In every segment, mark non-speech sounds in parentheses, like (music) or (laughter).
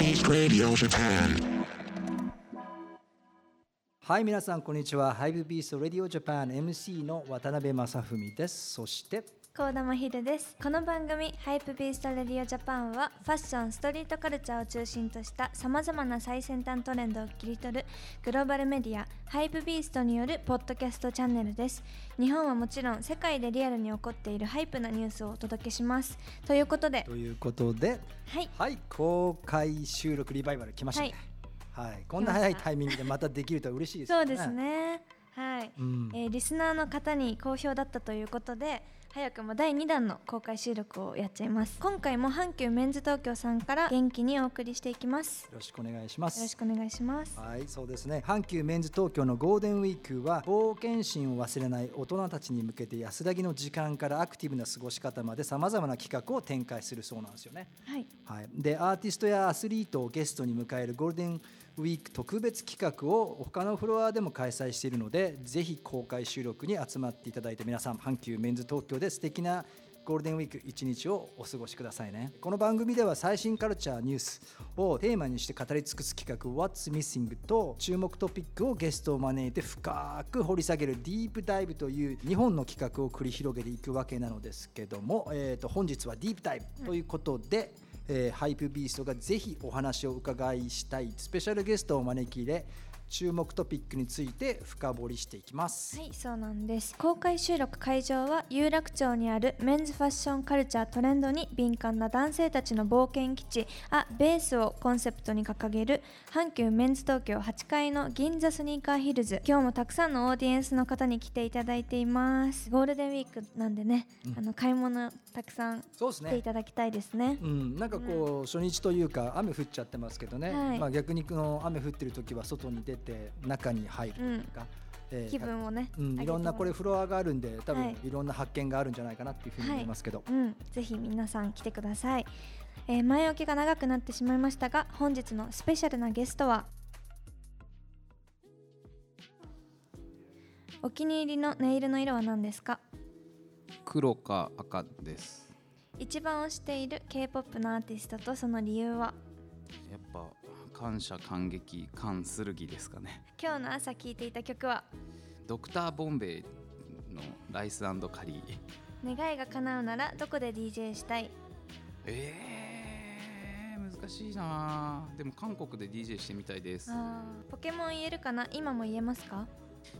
Radio Japan. はい皆さんこんにちは Hive Beast Radio Japan MC の渡辺正文ですそして高田真秀ですこの番組「ハイプビーストレディオジャパンはファッションストリートカルチャーを中心としたさまざまな最先端トレンドを切り取るグローバルメディア「ハイプビーストによるポッドキャストチャンネルです日本はもちろん世界でリアルに起こっているハイプなニュースをお届けしますということでということではいはい公開収録リバイバル来ましたねはい、こんな早いタイミングでまたできると嬉しいですそようねですねはい、うんえーリスナーの方に好評だったということで早くも第2弾の公開収録をやっちゃいます今回も阪急メンズ東京さんから元気にお送りしていきますよろしくお願いしますよろしくお願いします。はい、そうですね。阪急メンズ東京のゴールデンウィークは冒険心を忘れない大人たちに向けて安らぎの時間からアクティブな過ごし方までさまざまな企画を展開するそうなんですよね。はい。はい、でアーティストやアスリートをゲストに迎えるゴールデンウィーク特別企画を他のフロアでも開催しているのでぜひ公開収録に集まっていただいた皆さん阪急メンズ東京で素敵なゴールデンウィーク一日をお過ごしくださいねこの番組では最新カルチャーニュースをテーマにして語り尽くす企画「What's Missing」と注目トピックをゲストを招いて深く掘り下げるディープダイブという2本の企画を繰り広げていくわけなのですけども、えー、と本日はディープダイブということで、えーハイプビーストがぜひお話を伺いしたいスペシャルゲストをお招き入れ注目トピックについて深掘りしていきます。はい、そうなんです。公開収録会場は有楽町にあるメンズファッションカルチャートレンドに敏感な男性たちの冒険基地あベースをコンセプトに掲げる阪急メンズ東京8階の銀座スニーカーヒルズ。今日もたくさんのオーディエンスの方に来ていただいています。ゴールデンウィークなんでね、あの買い物たくさんそうです来てねいただきたいですね。うん、なんかこう初日というか雨降っちゃってますけどね、はいまあ、逆にこの雨降ってる時は外に出て中に入るというか、えー気分をね、うん、上げてもらいろんなこれフロアがあるんで多は分いいろんな発見があるんじゃないかなっていうふうに思いますけど、うん、ぜひ皆さん来てください、えー前置きが長くなってしまいましたが本日のスペシャルなゲストはお気に入りのネイルの色は何ですか黒か赤です一番推している K-POP のアーティストとその理由はやっぱ感謝感激感するぎですかね今日の朝聴いていた曲はドクターボンベイのライスカリー願いが叶うならどこで DJ したいえー、難しいなあでも韓国で DJ してみたいですあーポケモン言えるかな今も言えますか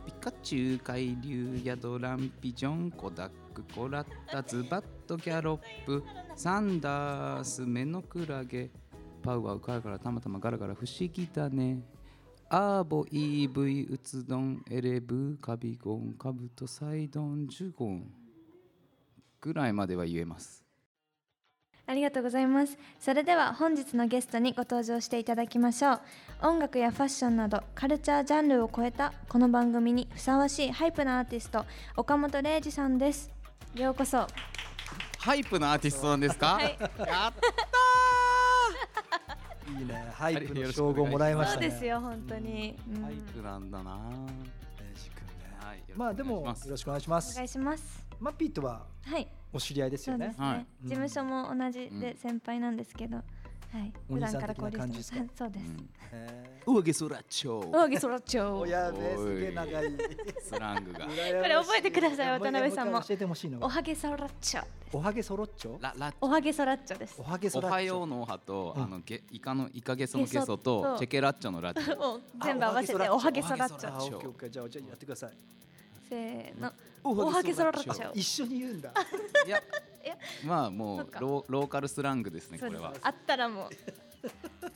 ピカチュウ海流ヤドランピジョンコダックコラッタズバットギャロップサンダースメノクラゲパウアウカラカラたまたまガラガラ不思議だねアーボイーブイウツドンエレブカビゴンカブトサイドンジュゴンぐらいまでは言えますありがとうございます。それでは本日のゲストにご登場していただきましょう。音楽やファッションなどカルチャージャンルを超えたこの番組にふさわしいハイプなアーティスト岡本玲二さんです。ようこそ。ハイプのアーティストなんですか、はいやっいいねハイプよのろしく称お願いします号もらいましたそうね。ですよ本当に。うんハイプなんだなあレイジ君ねはいよろしくおま願いしますあでもよろしくお願いしまおす願。いします。マッピーとははい。お知り合いですそようでねす。ね。はい事務所も同じで先輩なんですけど、はい。お普兄段さんから的な交流感しじてですかはいそうです。へ上げそらちょ大木そらー長お。やべえおいすげえ長い。 (laughs) スラングがこれ覚えてください渡辺さんも教えてほしいのお。はげそら長。おはげそろっちょ。ララッチョおはげそら長ですお。はげそおろっちょ。はようのおはと、うんあのゲイカのイカゲソのゲソゲソととチェケラッチョの (laughs) ラッチョ。もう全部合わせてあおおははげげそそららっちっちょ。ょあオッケーオッケーじゃあじゃあやってください。せーのおおはげそらっちおはげそょらっ一緒に言うんだ。いやいや、まあもそうっかローローカルスラングですね。こそうでれすはあったらも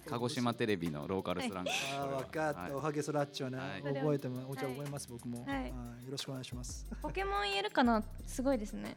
鹿児島テレビのローカルスラングです。ああ分これはかったおはげそらっちょねはい覚えてもお茶はい覚えます僕も。ははいいよろしくお願いします。うポケモン言えるかなすごいですね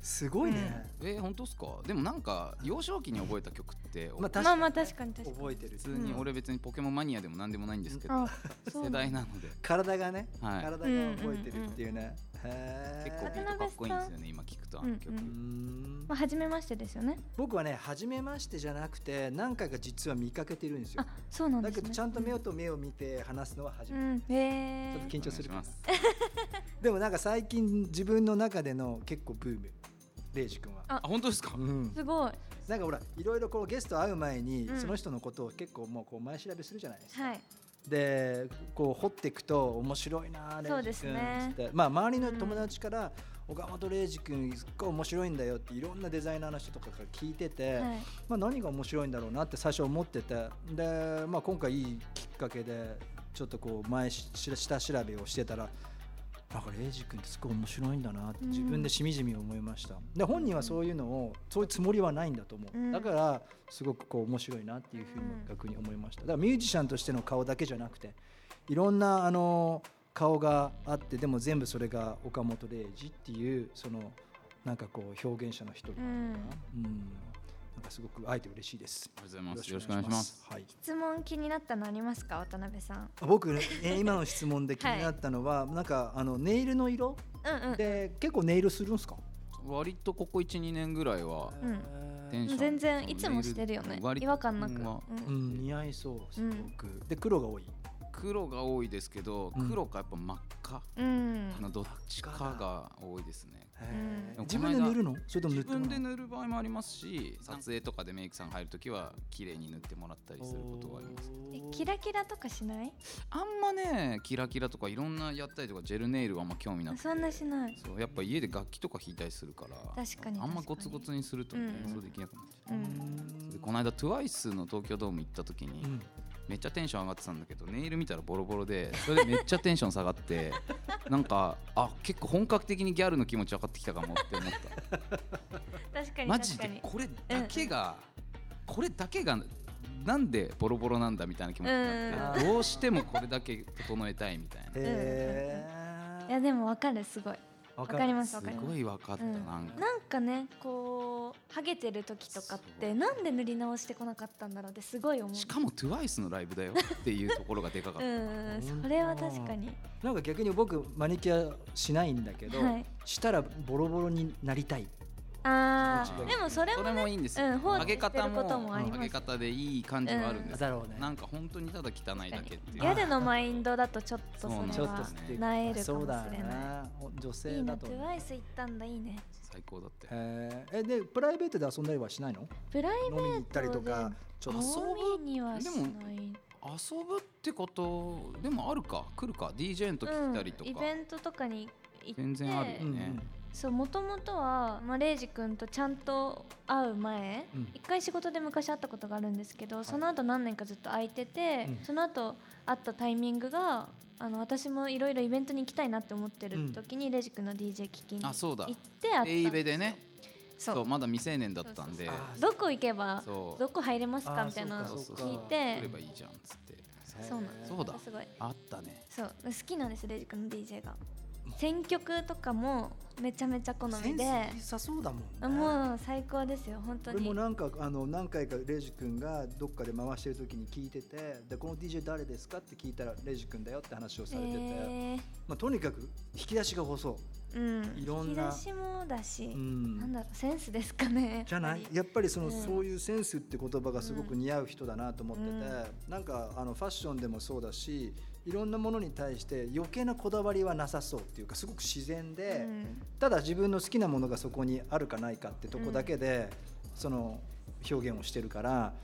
すごいね。はいえー、本当ですか。でもなんか幼少期に覚えた曲って、まあ確まかあにまあ確かに確かに (laughs) 覚えてる普。通に俺別にポケモンマニアでもなんでもないんですけど、あそう世代なので体がねはい体が覚えてるっていうね。へ結構ービートかっこいいんですよね。今聞くとあの曲。うんううーんまあ初めましてですよね僕はね初めましてじゃなくて何回か実は見かけてるんですよあ。そうなんだでけすどねちゃんと目をと目を見て話すのは初うめて。んへちょっと緊 (laughs) 張するお願いしかまなす。でもなんか最近自分の中での結構ブームレイジ君は。ああ本当ですかうん、すごいなんかほらいろいろこうゲスト会う前に、うんその人のことを結構もうこう前調べするじゃないですか。はいでこう掘っていくと面白いなレイジ君そうですねつってまあ、周りの友達から、岡本レイジ君すっごい面白いんだよっていろんなデザイナーの人とかから聞いてて、はいまあ、何が面白いんだろうなって最初思っててで、まあ、今回いいきっかけでちょっとこう前し下調べをしてたらなんかレイジ君ってすごい面白いんだなってうん自分でしみじみ思いました、で本人はそういうのをそういうつもりはないんだと思う、うんだからすごくこう面白いなっていうふうにうん逆に思いましただからミュージシャンとしての顔だけじゃなくていろんなあの顔があってでも全部それが岡本レイジっていうそのなんかこう表現者の一人なのかな、うんなんかすごく会えて嬉しいです。ありがとうございますよろしくお願いします。はい。質問気になったのありますか渡辺さん僕ね今の質問で気になったのは、なんかあのネイルの色うんうんで結構ネイルするんですか？割とここ12年ぐらいはうんテンション全然いつもしてるよね割と違和感なく、ううんんうん似合いそうすごく。で黒が多い。黒が多いですけどうん黒かやっぱ真っ赤うんのどっちかが多いですねへーうん自分で塗るの？それとも塗っ自てもらう分で塗る場合もありますし撮影とかでメイクさん入るときは綺麗に塗ってもらったりすることがありますえキラキラとかしないあんまねキラキラとかいろんなやったりとかジェルネイルはあんま興味なくてそんなしないそうやっぱ家で楽器とか弾いたりするから確かにあんま確かゴにツゴツにするとね、うんそうできなくなっちうゃうんう、んでこの間 TWICE の東京ドーム行った時に、うんめっちゃテンション上がってたんだけどネイル見たらボロボロでそれでめっちゃテンション下がってなんかあ結構本格的にギャルの気持ち分かってきたかもって思っ確かたにマジ確かでにこれだけが、これだけがなんでボロボロなんだみたいな気持ちになって、うんどうしてもこれだけ整えたいみたいなへいえや。でもわかるすごいわわかりますすわかりますごい分かった、うんなんかなんかねこうハゲてる時とかっそてうなんで塗り直してこなかったんだろうってすごい思うしかも TWICE のライブだよっていうところがでかかっうた、んそれは確かになんか逆に僕マニキュアしないんだけど、はいしたらボロボロになりたい。あうーんでもそれそもれねもいいんですよ、うん放置上げ方してることももあります上げ方でいい感じはあるんです、だろうね。なんか本当にただ汚いだけっていギうャルのマインドだとちょっとそれそうなんちょっはと素敵なえるかもしれなそいうだな。女いい性だなとね。 TWICE 行ったんだいいね最高だってえーえでプライベートで遊んだりはしないの？プライ飲みに行ったりとか、ちょっと飲みにはしでないも遊ぶってことでもあるか来るか DJ の時来たりとか、うん、イベントとかに行って全然あるようんうんねそうもともとは、まあ、レイジ君とちゃんと会う前うん一、回仕事で昔会ったことがあるんですけど、その後何年かずっと空いてて、うんその後会ったタイミングがあの私もいろいろイベントに行きたいなって思ってる時に、レイジ君の DJ 聞きに行あそうだって会ったエイベでねそうそうまだ未成年だったんでそうそうそうどこ行けばそうどこ入れますあかーみたいなのそをうそうか聞い来れてばいいじゃんっつってそうなんへーそうだすごいあったねそう好きなんですレイジ君の DJ が選曲とかもめちゃめちゃ好セみンでス良さそうだもんね。もう最高ですよ本当俺にもなんかあの何回かレイジ君がどっかで回してる時に聞いててでこの DJ 誰ですかって聞いたらレイジ君だよって話をされてて、えまあ、とにかく引き出しが細そーうんいろんな引き出しもだし、う、うんなんだろうセンスですかねじゃないややっぱりっぱりその、うんそういうセンスって言葉がすごく似合う人だなと思ってて、うなんかあのファッションでもそうだしいろんなものに対して余計なこだわりはなさそうっていうかすごく自然で、うんただ自分の好きなものがそこにあるかないかってとこだけで、その表現をしてるから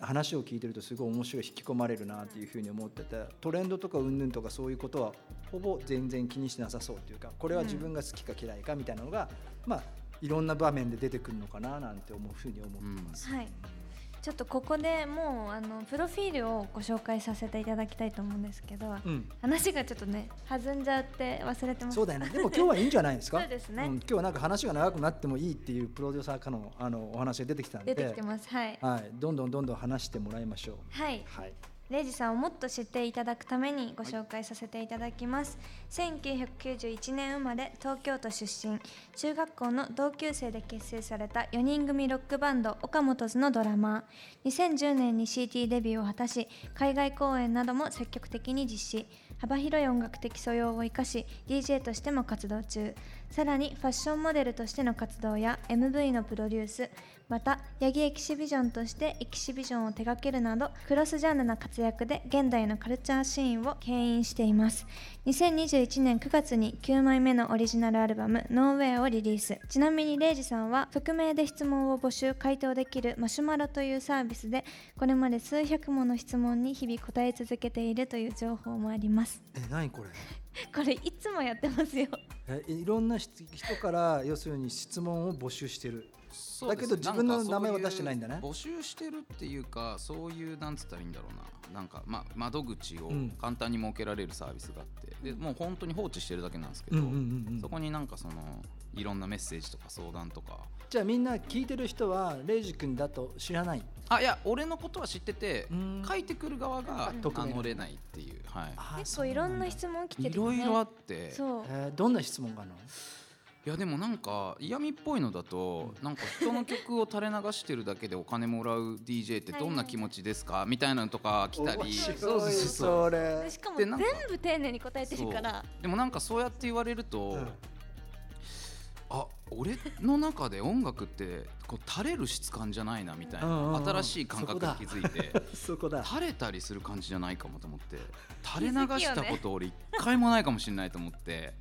話を聞いてるとすごい面白い引き込まれるなっていうふうに思っててトレンドとか云々とかそういうことはほぼ全然気にしてなさそうっていうかこれは自分が好きか嫌いかみたいなのが、まあいろんな場面で出てくるのかななんて思うふうに思ってます。はいちょっとここでもうあのプロフィールをご紹介させていただきたいと思うんですけど、うん話がちょっとね弾んじゃって忘れてますそうだよね。でも今日はいいんじゃないですか。 (laughs) そうですねん今日はなんか話が長くなってもいいっていうプロデューサーからのあのお話が出てきたんで、出てきてますはいはい、どんどんどんどん話してもらいましょう。はいはい。レイジさんをもっと知っていただくためにご紹介させていただきます、1991年生まれ東京都出身中学校の同級生で結成された4人組ロックバンド岡本図のドラマー2010年に CT デビューを果たし海外公演なども積極的に実施幅広い音楽的素養を生かし DJ としても活動中さらにファッションモデルとしての活動や MV のプロデュースまた八木エキシビジョンとしてエキシビジョンを手掛けるなどクロスジャンルな活躍で現代のカルチャーシーンを牽引しています2021年9月に9枚目のオリジナルアルバム「NOWAY」をリリースちなみにレイジさんは匿名で質問を募集回答できるマシュマロというサービスでこれまで数百もの質問に日々答え続けているという情報もありますえ何これこれいつもやってますよえいろんな人人から要するに質問を募集してるそうですだけど自分のかそう名前はう出してないんだね募集してるっていうかそういうなんつったらいいんだろうななんか、ま、窓口をうん簡単に設けられるサービスがあって、でもう本当に放置してるだけなんですけど、そこになんかそのいろんなメッセージとか相談とかじゃあみんな聞いてる人はレイジ君だと知らないあいや俺のことは知っててうん書いてくる側が匿名名乗れないっていう、はい、あ結構いろんな問、質問来ているよろねいろあってそうえーどんな質問があるのいやでもなんか嫌味っぽいのだとなんか人の曲を垂れ流してるだけでお金もらう DJ ってどんな気持ちですかみたいなのとか来たり面白いそうそうそそうれしかもで全なんか部丁寧に答えてるからでもなんかそうやって言われると、うんあ俺の中で音楽ってこう垂れる質感じゃないなみたいな、うんうんうん新しい感覚に気づいてそこだ垂れたりする感じじゃないかもと思って垂れ流したこと俺一回もないかもしれないと思って、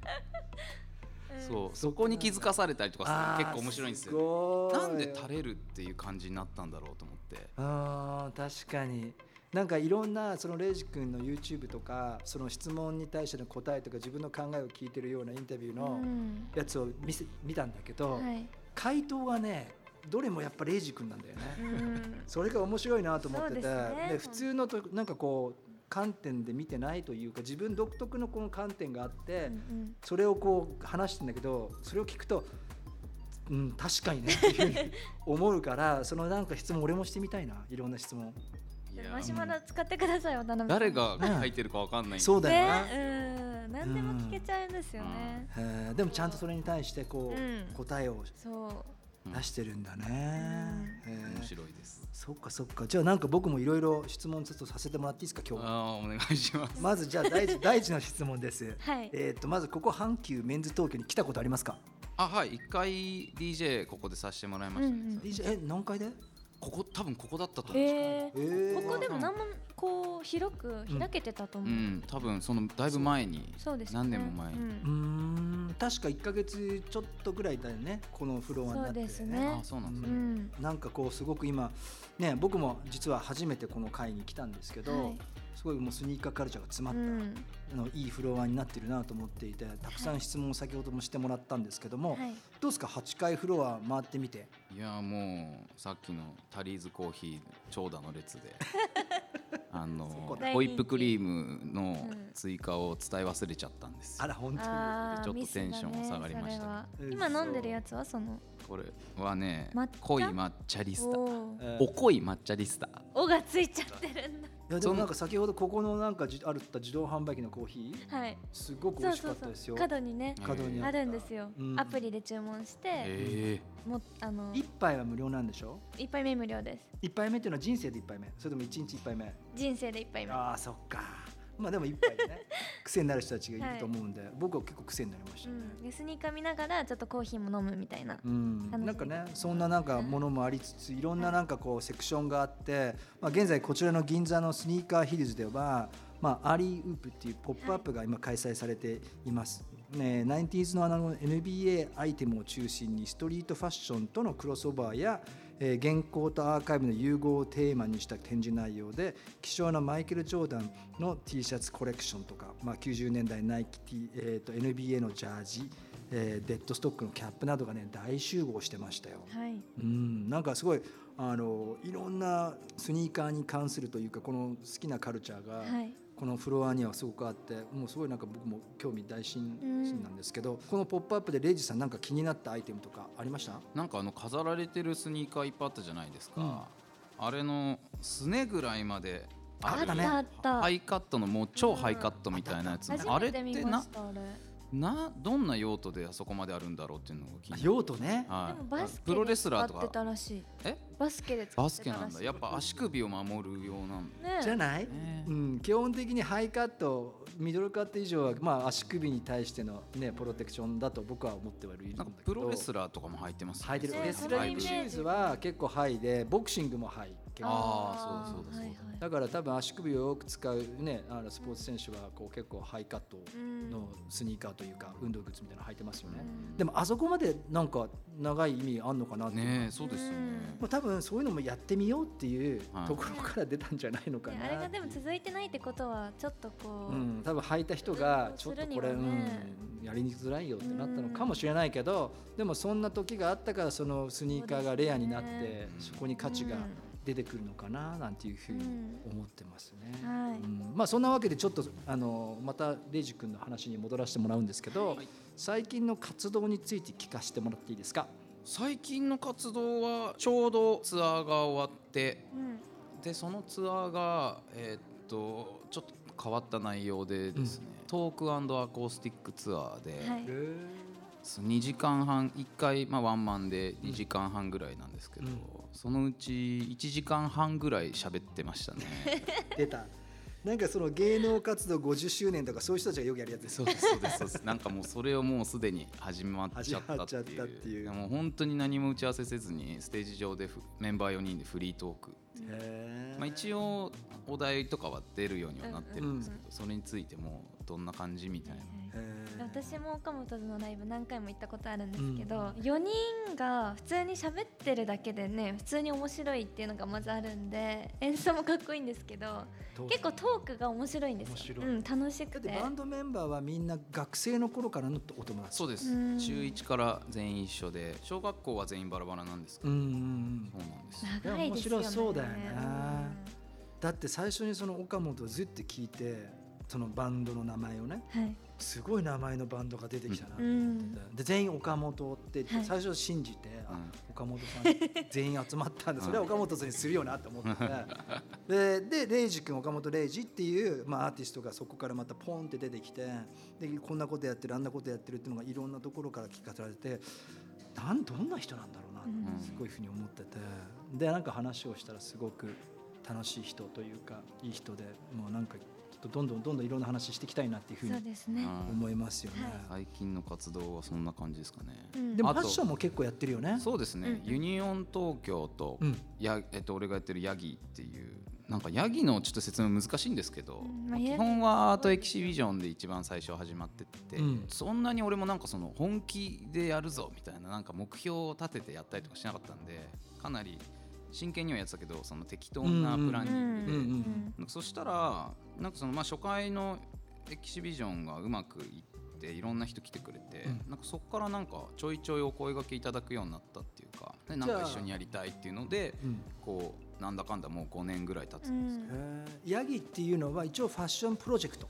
そうそこに気づかされたりとかすると結構面白いんですよ。よなんで垂れるっていう感じになったんだろうと思って。あー確かになんかいろんなそのレイジ君の YouTube とかその質問に対しての答えとか自分の考えを聞いてるようなインタビューうのんやつを見せ見たんだけど、はい回答がねどれもやっぱレイジ君なんだよね。うんそれが面白いなと思ってて、そうですねで普通のとなんかこう観点で見てないというか自分独特のこの観点があって、うんそれをこう話してんだけどそれを聞くと。うん、確かにねっていうふうに思うから (laughs) そのなんか質問俺もしてみたいないろんな質問いやマシュマロ使ってください、渡辺さん。誰が書いてるかわかんないんでそうだよな、ね、うん、何でも聞けちゃうんですよね。えーでもちゃんとそれに対してこう、うん答えをそう。出してるんだね、えー面白いです。そっかそっかじゃあなんか僕もいろいろ質問ちょっとさせてもらっていいですか今日はああーお願いします。まずじゃあ第一第一の質問です、 (laughs) はい。えー、とまずここ阪急メンズ東京に来たことありますか、あはい一回 DJ ここでさせてもらいましたね。うんうん DJ え何回でここ多分ここだったと思うんですよええーーここでも何もこう広く開けてたと思うう。ん多分そのだいぶ前にそうですよ何ね。年も前に、うーん確か1か月ちょっとぐらいだよねこのフロアになってるよそうですねあそうなんですうね、ん。なんかこうすごく今ね僕も実は初めてこの会に来たんですけど、はいすごいもうスニーカーカルチャーが詰まうった、ん。あのいいフロアになってるなと思っていてたくさん質問を先ほどもしてもらったんですけども、はい。どうですか8階フロア回ってみていやもうさっきのタリーズコーヒー長蛇の列 (laughs) であこのだホイップクリームのうん追加を伝え忘れちゃったんですよあら本当にああ、ちょっとテンションが下がりましミスたねだねそれは今飲んでるやつはその。これはね抹茶濃い抹茶リスタおーえーお濃い抹茶リスタおがついちゃってるんだ。いやでもなんか先ほどここのなんかじあるった自動販売機のコーヒーはい。すごく美そう味しそかっうたですそよう。。角にね。角にあるんですよう。んアプリで注文して、えもうあの一杯は無料なんでしょ一杯目無料です。一杯目っていうのは人生で一杯目それとも一日一杯目人生で一杯目。ああそっかまあでも一杯で (laughs) ね癖になる人たちがいると思うんで、僕は結構癖になりましたね、うん、でスニーカー見ながらちょっとコーヒーも飲むみたいな。うん楽しみなんかねそんななんかものもありつついろんななんかこうセクションがあって、まあ、現在こちらの銀座のスニーカーヒルズでは、まあ、アリーウープっていうポップアップが今開催されています。ね、90s のあの NBA アイテムを中心にストリートファッションとのクロスオーバーや、えー現行とアーカイブの融合をテーマにした展示内容で希少なマイケル・ジョーダンの T シャツコレクションとか、まあ、90年代ナイキ、T えー、と NBA のジャージえーデッドストックのキャップなどがね大集合してましたよ。はい。うん、なんかすごいあのいろんなスニーカーに関するというかこの好きなカルチャーが、はい。このフロアにはすごくあってもうすごいなんか僕も興味大心うん身なんですけど、この「ポップアップでレイジさんなんか気になったアイテムとかありましたー、なんかあの飾られてるスニーカーいっぱいあったじゃないですか、あれのすねぐらいまでああっるたねあった。ハイカットのもう超ハイカットみたいなやつ、あ初れめってて見まなしたあれ。などんな用途であそこまであるんだろうっていうのが気になる、用途ねはでもバスケプロレスラー使ってとたからしい。えバスケで使バっスてケたらしい。なんだやっぱ足首を守る用なんだね。じゃない、ねうん、基本的にハイカットミドルカット以上は、まあ、足首に対しての、ね、プロテクションだと僕は思ってはいるんだなけんどかプロレスラーとかも入ってますよね履いてるねレスラーイングシューズは結構ハイでボクシングもハイ結構あーそうだそうだはいはいそうだから多分足首をよく使う、ね、あのスポーツ選手はこう結構ハイカットうんのスニーカーというか運動靴みたいなの履いてますよね、うんでもあそこまでなんか長い意味あんのかなっていうねえそうですよねもう多分そういうのもやってみようっていうはいところから出たんじゃないのかねな、あれがでも続いてないってことはちょっとこう、うん、多分履いた人がちそょうっするとにこれ、はねうん、やりにづらいよってなったのかもしれないけど、でもそんな時があったからそのスニーカーがレアになってそうそ,、でこに価値がうん出てくるのかななんていうふうにうん思ってますね。はいうんまあ、そんなわけでちょっとあのまたレイジ君の話に戻らせてもらうんですけど、はい最近の活動について聞かせてもらっていいですか、最近の活動はちょうどツアーが終わってうんでそのツアーがえーっとちょっと変わった内容でですね、トークアコースティックツアーで、はいそう2時間半1回、まあ、ワンマンで2時間半ぐらいなんですけど、うんそのうち1時間半ぐらい喋ってましたね出たなんかその芸能活動50周年とかそういう人たちがよくやるやつです (laughs) そうですそうですそうですなんかもうそれをもうすでに始まっちゃった始っていうまっちゃったっていうもう本当に何も打ち合わせせずにステージ上でフメンバー4人でフリートーク、へーまあ、一応お題とかは出るようにはなってるんですけど、うそれについてもうどんな感じみたいな、へー私も岡本のライブ何回も行ったことあるんですけうど、四4人が普通に喋ってるだけでね普通に面白いっていうのがまずあるんで演奏もかっこいいんですけど結構トークが面白いんですよ面白いうん、楽しくだっててバンドメンバーはみんな学生の頃からのお友達そうですうん中1から全員一緒で小学校は全員バラバラなんですけうど、んうんうんそうなんです長いですよいねや面白そうだよねだって最初にその岡本をずって聞いてそのバンドの名前をねうんはい、すごい名前のバンドが出てきたなとう思ってん、で全員岡本ってはい最初信じて、あうん岡本さん全員集まったん (laughs) でそれは岡本さんにするよなと思ってて (laughs) ででレイジ君岡本レイジっていう、まあ、アーティストがそこからまたポンって出てきてでこんなことやってるあんなことやってるっていうのがいろんなところから聞かせられてなんどんな人なんだろうなってうんすごいふうに思っててでなんか話をしたらすごく楽しい人というかいい人でもうなんかちょっとどんどんどんどんいろんな話していきたいなっていうふうそうにですね、うん思いますよね。はい最近の活動はそんな感じですかね、うんでもあフとァッションも結構やってるよね。そうですね、うんうんユニオン東京と、うんやえっと、俺がやってるヤギっていうなんかヤギのちょっと説明難しいんですけど、うんまあ基本はアートエキシビジョンで一番最初始まってって、うんそんなに俺もなんかその本気でやるぞみたいななんか目標を立ててやったりとかしなかったんでかなり真剣にはやってたけどその適当なプランニングで、うんうんなんかそしたらなんかそのまあ初回のエキシビジョンがうまくいっていろんな人来てくれて、うんなんかそこからなんかちょいちょいお声がけいただくようになったっていうかでなんじゃかあ一緒にやりたいっていうのでうんこうなんだかんだもう5年ぐらい経つ、ういんへーヤギっていうのは一応ファッションプロジェクト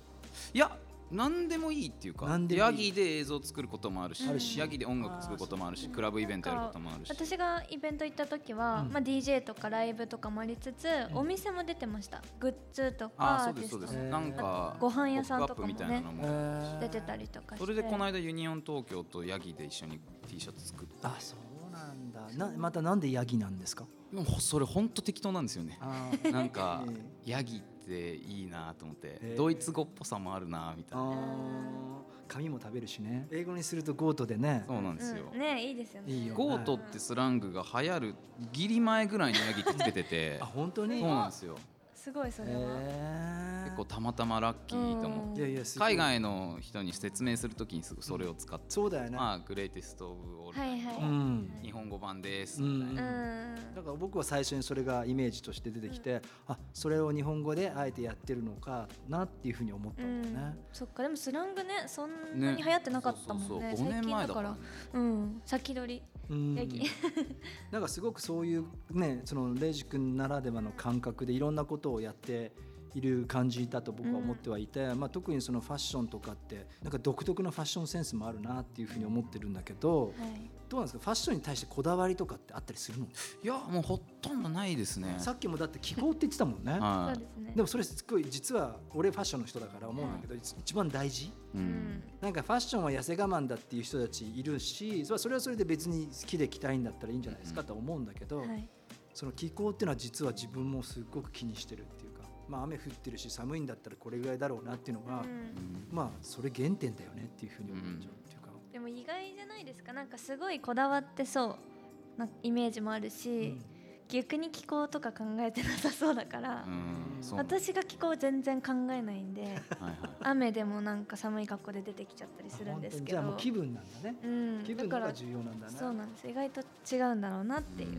や何でもいいっていうか何でもいいヤギで映像作ることもあるしあるしヤギで音楽作ることもあるしクラブイベントやることもあるし私がイベント行った時は、うんまあ、DJ とかライブとかもありつつ、んお店も出てましたグッズとかああアそうーテでィすストそとうかです、ねなんかご飯屋さんとかポもッねプアップみたいなのも出てたりとかしてそれでこの間ユニオン東京とヤギで一緒に T シャツ作ってあそうなんだなまたなんでヤギなんですかもうそれほんと適当なんですよねあ (laughs) なんかえヤギっていいなと思って、えードイツ語っぽさもあるなみたいな、あ髪も食べるしね英語にするとゴートでねそうなんですよ、うん、ねいいですよねいいよゴートってスラングが流行るギリ前ぐらいにヤギってつけててあ本当にそうなんですよすごいそれは、へー結構たまたまラッキーと思っいてやいやすごい海外の人に説明するときにすぐそれを使って、そうだよねまあグレイテスト・オブ・オールタイムのはいはいうん日本語版ですみたいな、ううんだから僕は最初にそれがイメージとして出てきて、あそれを日本語であえてやってるのかなっていうふうに思ったうんだよねん、そっかでもスラングねそんなねに流行ってなかったもんねそうそうそ最う5年近だ前だかからら、うん先取りうんヤ (laughs) ギなんかすごくそういうねそのレイジ君ならではの感覚でいろんなことをやっている感じだと僕は思ってはいて、まあ、特にそのファッションとかってなんか独特なファッションセンスもあるなっていうふうに思ってるんだけどはいどうなんですかファッションに対してこだわりとかってあったりするの、いやもうほとんどないですねさっきもだって気候って言ってたもんね。はそういですねでもそれすごい実は俺ファッションの人だから思うんだけど、一番大事ううんんなんかファッションは痩せ我慢だっていう人たちいるしそれはそれはそれで別に好きで着たいんだったらいいんじゃないですかとは思うんだけど、はいその気候っていうのは実は自分もすっごく気にしてるっていうかまあ、雨降ってるし寒いんだったらこれぐらいだろうなっていうのが、うんまあそれ原点だよねっていうふうに思っちゃうっていうか、でも意外じゃないですかなんかすごいこだわってそうなイメージもあるし、逆に気候とか考えてなさそうだから、うんそうなんだ私が気候全然考えないんではいはい雨でもなんか寒い格好で出てきちゃったりするんですけどあ本当にじゃあもう気分なんだね、うん、気分だのかがら重要なんだなそうなんです意外と違うんだろうなっていう、うん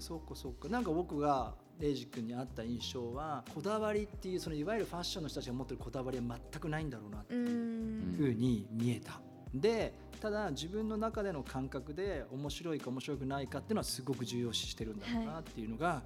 そうかそうかなんか僕がレイジ君にあった印象はこだわりっていうそのいわゆるファッションの人たちが持ってるこだわりは全くないんだろうなってういんううんふうに見えた。でただ自分の中での感覚で面白いか面白くないかっていうのはすごく重要視してるんだろうなっていうのが、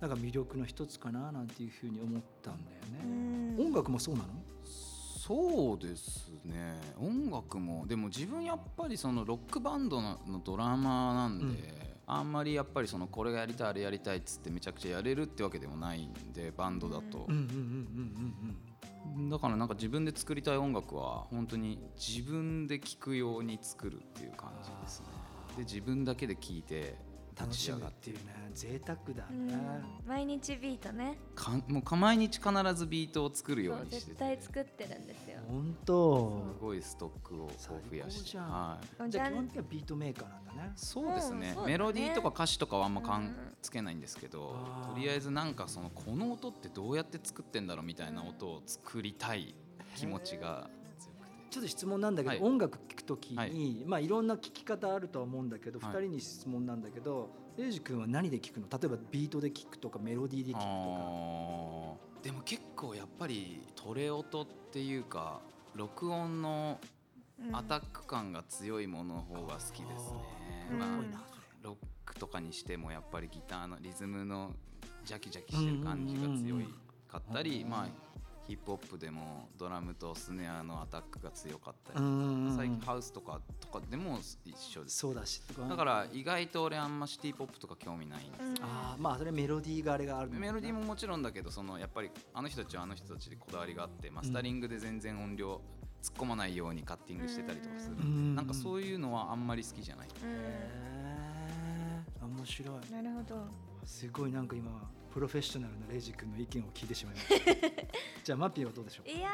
なんか魅力の一つかななんていうふうに思ったんだようね。ん音楽もそうなのそうですね音楽もでも自分やっぱりそのロックバンドののドラマーなんで、うんあんまりやっぱりそのこれがやりたいあれやりたいっつってめちゃくちゃやれるってわけでもないんでバンドだとうん、うんうんうんだからなんか自分で作りたい音楽は本当に自分で聴くように作るっていう感じですねで自分だけで聴いて楽立ちし上むがっってていいううね贅沢だうね。ん毎日ビートねかもうか毎日必ずビートを作るそよううにして絶て対作ってるんですよ本当すごいストックをこう増や最して高じゃんはいじゃあ基ジャ本ン的にはビートメーカーなんだね。そうですうんそね,、うだねメロディーとか歌詞とかはあんまかうんんつけないんですけど、あーとりあえずなんかそのこの音ってどうやって作ってんだろうみたいな音を作りたい気持ちが強くて。ちょっと質問なんだけど、はい音楽聴くときに、、はいまあいろんな聴き方あるとは思うんだけど、二はい人に質問なんだけど、レイジ君は何で聴くの？例えばビートで聴くとかメロディーで聴あくとーでも結構やっぱりトレ音っていうか録音のうんアタック感が強いものの方が好きですね。うんか。まかあっこいいな。ロックとかにしてもやっぱりギターのリズムのジャキジャキしてる感じが強いかうったんうんうんり、うんまあ、ヒップホップでもドラムとスネアのアタックが強かったうり、ん。最近ハウスとかとかでも一緒ですそうだし。だから意外と俺あんまシティ・ポップとか興味ないんです、うんああまあそれメロディーがあれがあるのかな。メロディーももちろんだけどそのやっぱりあの人たちはあの人たちでこだわりがあってマスタリングで全然音量突っ込まないようにカッティングしてたりとかするうんでん。なんかそうういうのはあんまり好きじゃないうんへー面白い。なるほどすごいなんか今プロフェッショナルなレイジ君の意見を聞いてしまいま (laughs) した。じゃあマッピーはどうでしょう？いや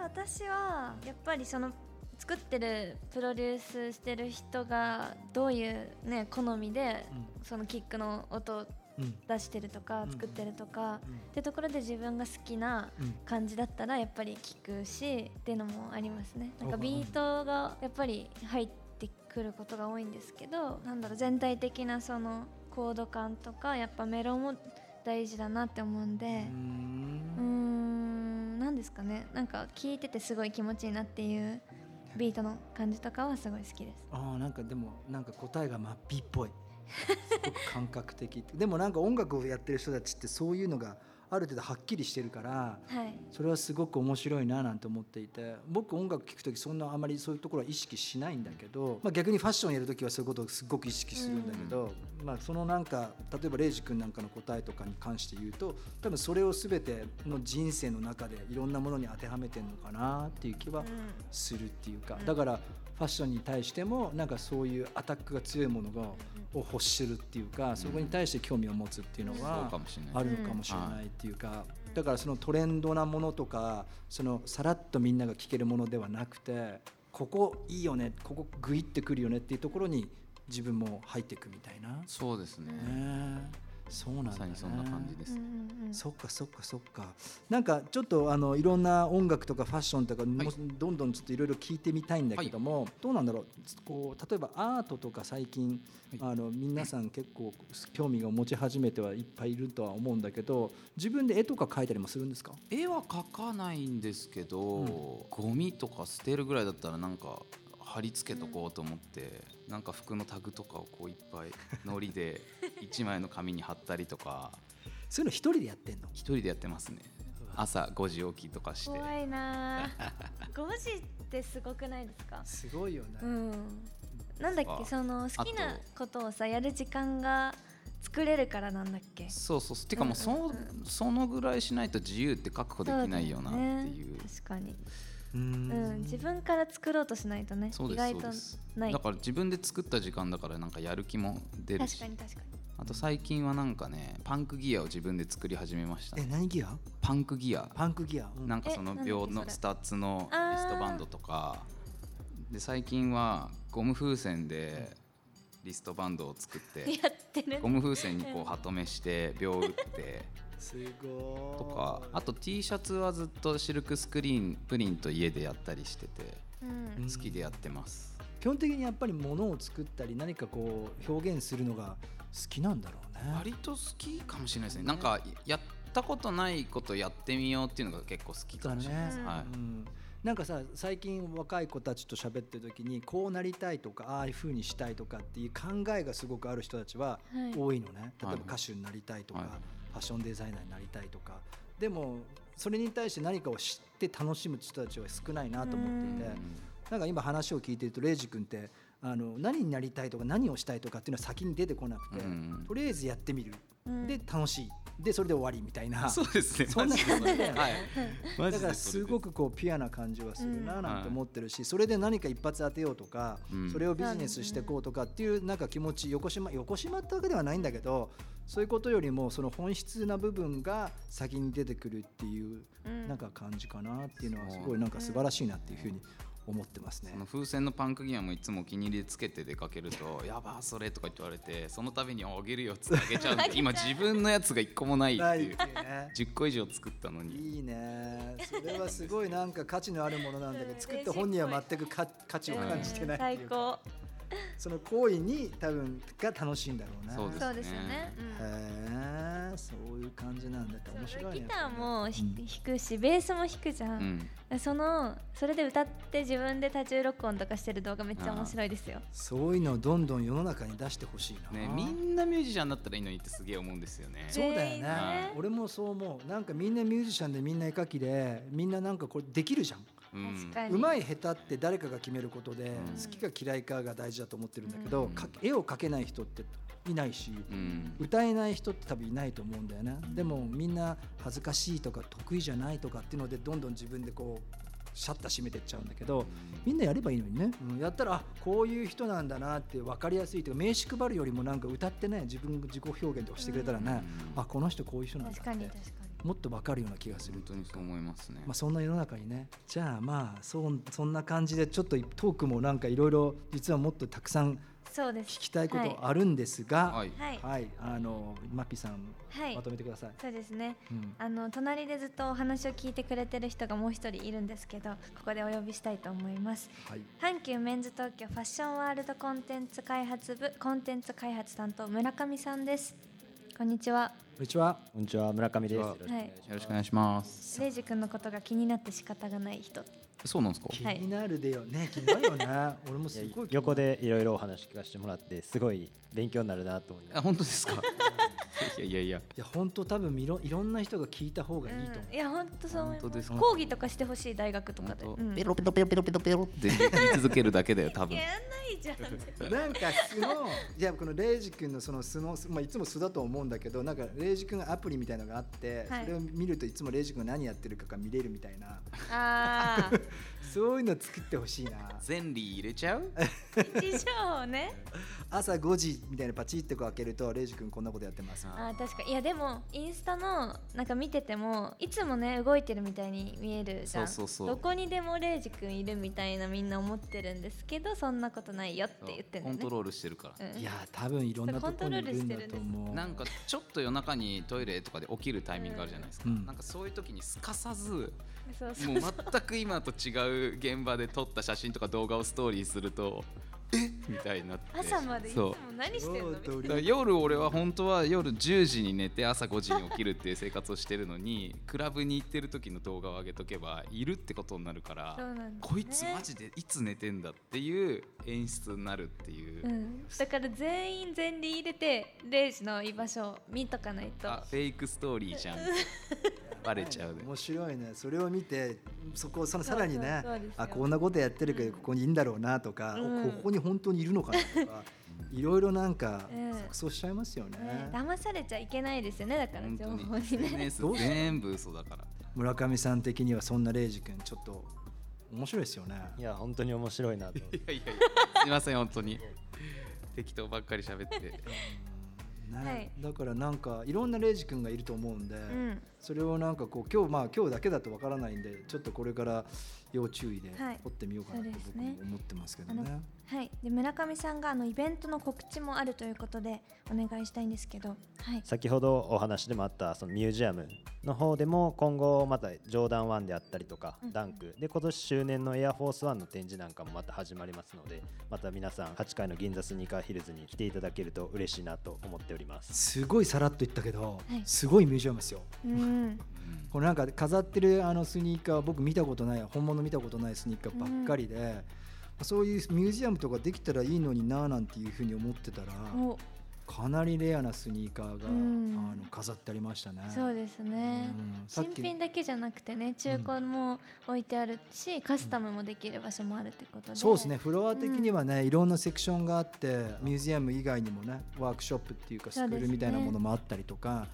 ー私はやっぱりその作ってるプロデュースしてる人がどういうね好みでそのキックの音をうんうん出してるとかうん作ってるとか、うんってところで自分が好きなうん。感じだったらやっぱり聞くしっていうのもありますねなんかビートがやっぱり入ってくることが多いんですけどなんだろう全体的なそのコード感とかやっぱメロも大事だなって思うんで。うーうんんなんですかねなんか聞いててすごい気持ちいいなっていうビートの感じとかはすごい好きですああなんかでもなんか答えがマッピーっぽいすごく感覚的でもなんか音楽をやってる人たちってそういうのがある程度はっきりしてるからはいそれはすごく面白いななんて思っていて僕音楽聴く時そんなあまりそういうところは意識しないんだけど、まあ、逆にファッションやる時はそういうことをすごく意識するんだけど、まあ、そのなんか例えばレイジ君なんかの答えとかに関して言うと多分それを全ての人生の中でいろんなものに当てはめてるのかなっていう気はするっていうかうんだからファッションに対してもなんかそういうアタックが強いものがを欲するっていうかそこに対して興味を持つっていうのそうはかもしれなあいるのかもしれないっていうかだからそのトレンドなものとかそのさらっとみんなが聴けるものではなくてここいいよねここグイってくるよねっていうところに自分も入っていくみたいな。そうですねねえそうなんだ、まね、さにそんな感じですうんね、うんうんそっかそっかそっかなんかちょっとあのいろんな音楽とかファッションとか、もどんどんちょっといろいろ聞いてみたいんだけども、どうなんだろうこう例えばアートとか最近、あの皆さん結構興味が持ち始めてはいっぱいいるとは思うんだけど自分で絵とか描いたりもするんですか絵は描かないんですけど、うんゴミとか捨てるぐらいだったらなんか貼り付けとこうと思って、なんか服のタグとかをこういっぱ (laughs) いのりで一枚の紙に貼ったりとかそういうの一人でやってんの一人でやってますね朝5時起きとかして怖いなー5時ってすごくないですかすごいよね、うんなんだっけあその好きなことをさやる時間が作れるからなんだっけそうそうてかもうそ,、うんうんそのぐらいしないと自由って確保できないよなっていう確かに、ううんん、自分から作ろうとしないとねそう意です外そうとですないだから自分で作った時間だからなんかやる気も出る確しかに確かにあと最近はなんかねパンクギアを自分で作り始めましたえ何ギアパンクギアパンクギア、うんなんかそのえなんだっけ秒そのれスタッツのあーリストバンドとかで最近はゴム風船でリストバンドを作ってやってるゴム風船にこうハトメして秒打ってすごいとかあと T シャツはずっとシルクスクリーンプリント家でやったりしててうんうん好きでやってます。基本的にやっぱり物を作ったり何かこう表現するのが好きなんだろうね割と好きかもしれないですね。なんかやったことないことやってみようっていうのが結構好きかもしれないです。だねはうんなんかさ最近若い子たちと喋ってる時にこうなりたいとかああいう風にしたいとかっていう考えがすごくある人たちははい多いのね、は例いえば歌手になりたいとか、はいファッションデザイナーになりたいとかでもそれに対して何かを知って楽しむ人たちは少ないなと思い。っていてなんか今話を聞いてるとレイジ君ってあの何になりたいとか何をしたいとかっていうのは先に出てこなくて、うんとりあえずやってみるうんで楽しいでそれで終わりみたいな。そうですね。そんな感じだよねはい。マだジでからすごくこうピュアな感じはするななんて思ってるし、それで何か一発当てようとか、うんそれをビジネスしていこうとかっていうなんか気持ち横島横島ってわけではないんだけどそういうことよりもその本質な部分が先に出てくるっていううんなんか感じかなっていうのはそすうごいなんか素晴らしいなっていうふうに思ってますねそ。の風船のパンクギアもいつもお気に入りでつけて出かけると「やばーそれ」とか言われてその度に「ああげるよ」っつってあ (laughs) げちゃうんで今自分のやつが1個もないってはいいう (laughs) ね10個以上作ったのにいいねそれはすごいなんか価値のあるものなんだけど作った本人は全くか価値を感じてないって最いうか高その行為に多分が楽しいんだろうね。そうですねそうですよねうんへえそういう感じなんだって面白いねギターもひうん弾くしベースも弾くじゃうんんそのそれで歌って自分で多重録音とかしてる動画めっちゃ面白いですよそういうのをどんどん世の中に出してほしいな、ねみんなミュージシャンだったらいいのにってすげえ思うんですよねそうだよ全ね員ね俺もそう思うなんかみんなミュージシャンでみんな絵描きでみんななんかこれできるじゃんうん確かにうまい下手って誰かが決めることで、ん好きか嫌いかが大事だと思ってるんだけど、うんか絵を描けない人っていないし、うん歌えない人って多分いないと思うんだよね、でもみんな恥ずかしいとか得意じゃないとかっていうのでどんどん自分でこうシャッター閉めてっちゃうんだけど、みんなやればいいのにね、うん、やったらあこういう人なんだなって分かりやすいというか名刺配るよりもなんか歌ってね自分自己表現とかしてくれたらね、うんあこの人こういう人なんだ確っかにて確かもっと分かるような気がする本当にそう思いますね、まあ、そんな世の中にねじゃあまあそんそんな感じでちょっとトークもなんかいろいろ実はもっとたくさんにそうで聞すきたいことあるんですが、ははいいはいはい、あのマッピーさんはいまとめてください。そうですねうんあの隣でずっとお話を聞いてくれてる人がもう一人いるんですけどここでお呼びしたいと思いますはい、阪急メンズ東京ファッションワールドコンテンツ開発部コンテンツ開発担当村上さんですこんにちはこんにちは。こんにちは村上です。こんにはいよろしくお願いしますレイジ君のことが気になって仕方がない人そうなんですか気はいになるでよね、気になるよね。俺もすいやごい気になる横。でいろいろお話聞かせてもらってすごい勉強になるなと思いあます。本当 (laughs) ですかいやいやいやいや本当多分いろいろんな人が聞いた方がいいと思うん、いや本当そう思い本当まですすね講義とかしてほしい大学とか本で、当うん、ペロペロペロペロペロペロって言い続けるだけだよ多分やんないじゃん絶う。なんか素のじゃあこのレイジ君のその素の、まあ、いつも素だと思うんだけどなんかレイジ君アプリみたいのがあって、はいそれを見るといつもレイジ君が何やってるかが見れるみたいな対ああ (laughs) そういうの作ってほしいなゼンリー入れちゃう一条をね朝5時みたいなパチってこう開けるとレイジ君こんなことやってますあー確かにいやでもインスタのなんか見ててもいつもね動いてるみたいに見えるじゃんそうそうそうどこにでもレイジ君いるみたいなみんな思ってるんですけどそんなことないよって言ってんだコよンねトロールしてるからうんいやー多分いろんなところにいるんだと思うなんかちょっと夜中にトイレとかで起きるタイミングあるじゃないですか、うんなんかそういう時にすかさずそう (laughs) そうもう全く今と違う現場で撮った写真とか動画をストーリーするとえみたいになって朝までいつそもう何してんのみたいなだから夜俺は本当は夜10時に寝て朝5時に起きるっていう生活をしてる (laughs) のにクラブに行ってる時の動画を上げとけばいるってことになるからそうなんだよねこいつマジでいつ寝てんだっていう演出になるっていう、うん、だから全員全輪入れてレイジの居場所を見とかないとあフェイクストーリーじゃん (laughs) バレちゃうね面白いねそれを見てそこそのさらにねそうそうそうですよあこんなことやってるけどここにいるんだろうなとか、うんおここに本当にいるのかなとか、いろいろなんかうん錯綜しちゃいますよね、ね騙されちゃいけないですよねだから本情当に報 (laughs) にね SNS 全部嘘だから村上さん的にはそんなレイジ君ちょっと面白いですよねいや本当に面白 (laughs) い (laughs) なと思っ (laughs) て。いやいやいやすいません本当に適当ばっかり喋ってね、はいだからなんかいろんなレイジ君がいると思うんで、うんそれをなんかこう今日まあ今日だけだとわからないんでちょっとこれから要注意ではい掘ってみようかなとそうです僕ねも思ってますけどね。あはい、で村上さんがあのイベントの告知もあるということでお願いしたいんですけど、はい、先ほどお話でもあったそのミュージアムの方でも今後またジョーダン1であったりとかうんダンクで今年周年のエアフォースワンの展示なんかもまた始まりますのでまた皆さん8階の銀座スニーカーヒルズに来ていただけると嬉しいなと思っておりますすごいさらっと言ったけど、はいすごいミュージアムですよ。うん、このなんか飾ってるあのスニーカー僕見たことない本物見たことないスニーカーばっかりで、そういうミュージアムとかできたらいいのになーなんていうふうに思ってたらおかなりレアなスニーカーが、うんあの飾ってありましたね。そうですね。うんさっ新き品だけじゃなくてね中古も置いてあるし、カスタムもできる場所もあるってことでそうですねフロア的にはね、いろんなセクションがあってミュージアム以外にもねワークショップっていうかスそうクですねールみたいなものもあったりとか、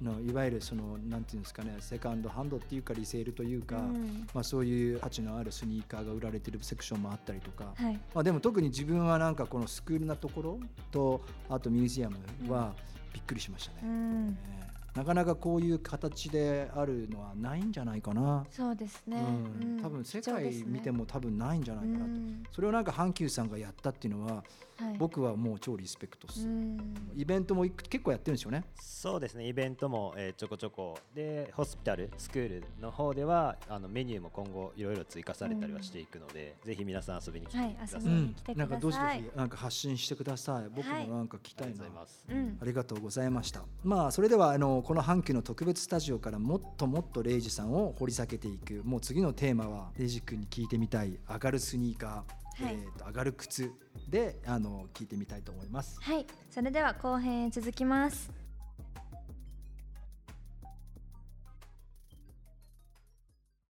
あのいわゆるそのなんていうんですかねセカンドハンドっていうかリセールというか、うんまあ、そういう価値のあるスニーカーが売られてるセクションもあったりとか、はいまあ、でも特に自分はなんかこのスクールなところとあとミュージアムはびっくりしましたねう。ん、えーなかなかこういう形であるのはないんじゃないかな、そうですね、うんうん多分世貴重で界すね見ても多分ないんじゃなういかなとんそれをなんか阪急さんがやったっていうのははい、僕はもう超リスペクトっうす、んイベントもいく結構やってるんですよねそうですねイベントもえーちょこちょこでホスピタルスクールの方ではあのメニューも今後いろいろ追加されたりはしていくのでぜひ皆さん遊びに来てくだはいさ遊い、びに来てくださいなんかどうしてなんか発信してください僕はいもなんか来あたりいがとな、うございますうんありがとうございました。まあそれではあのこの阪急の特別スタジオからもっともっとレイジさんを掘り下げていく。もう次のテーマはレイジ君に聞いてみたい上がるスニーカー、はいえーと上がる靴であの聞いてみたいと思います。はいそれでは後編へ続きます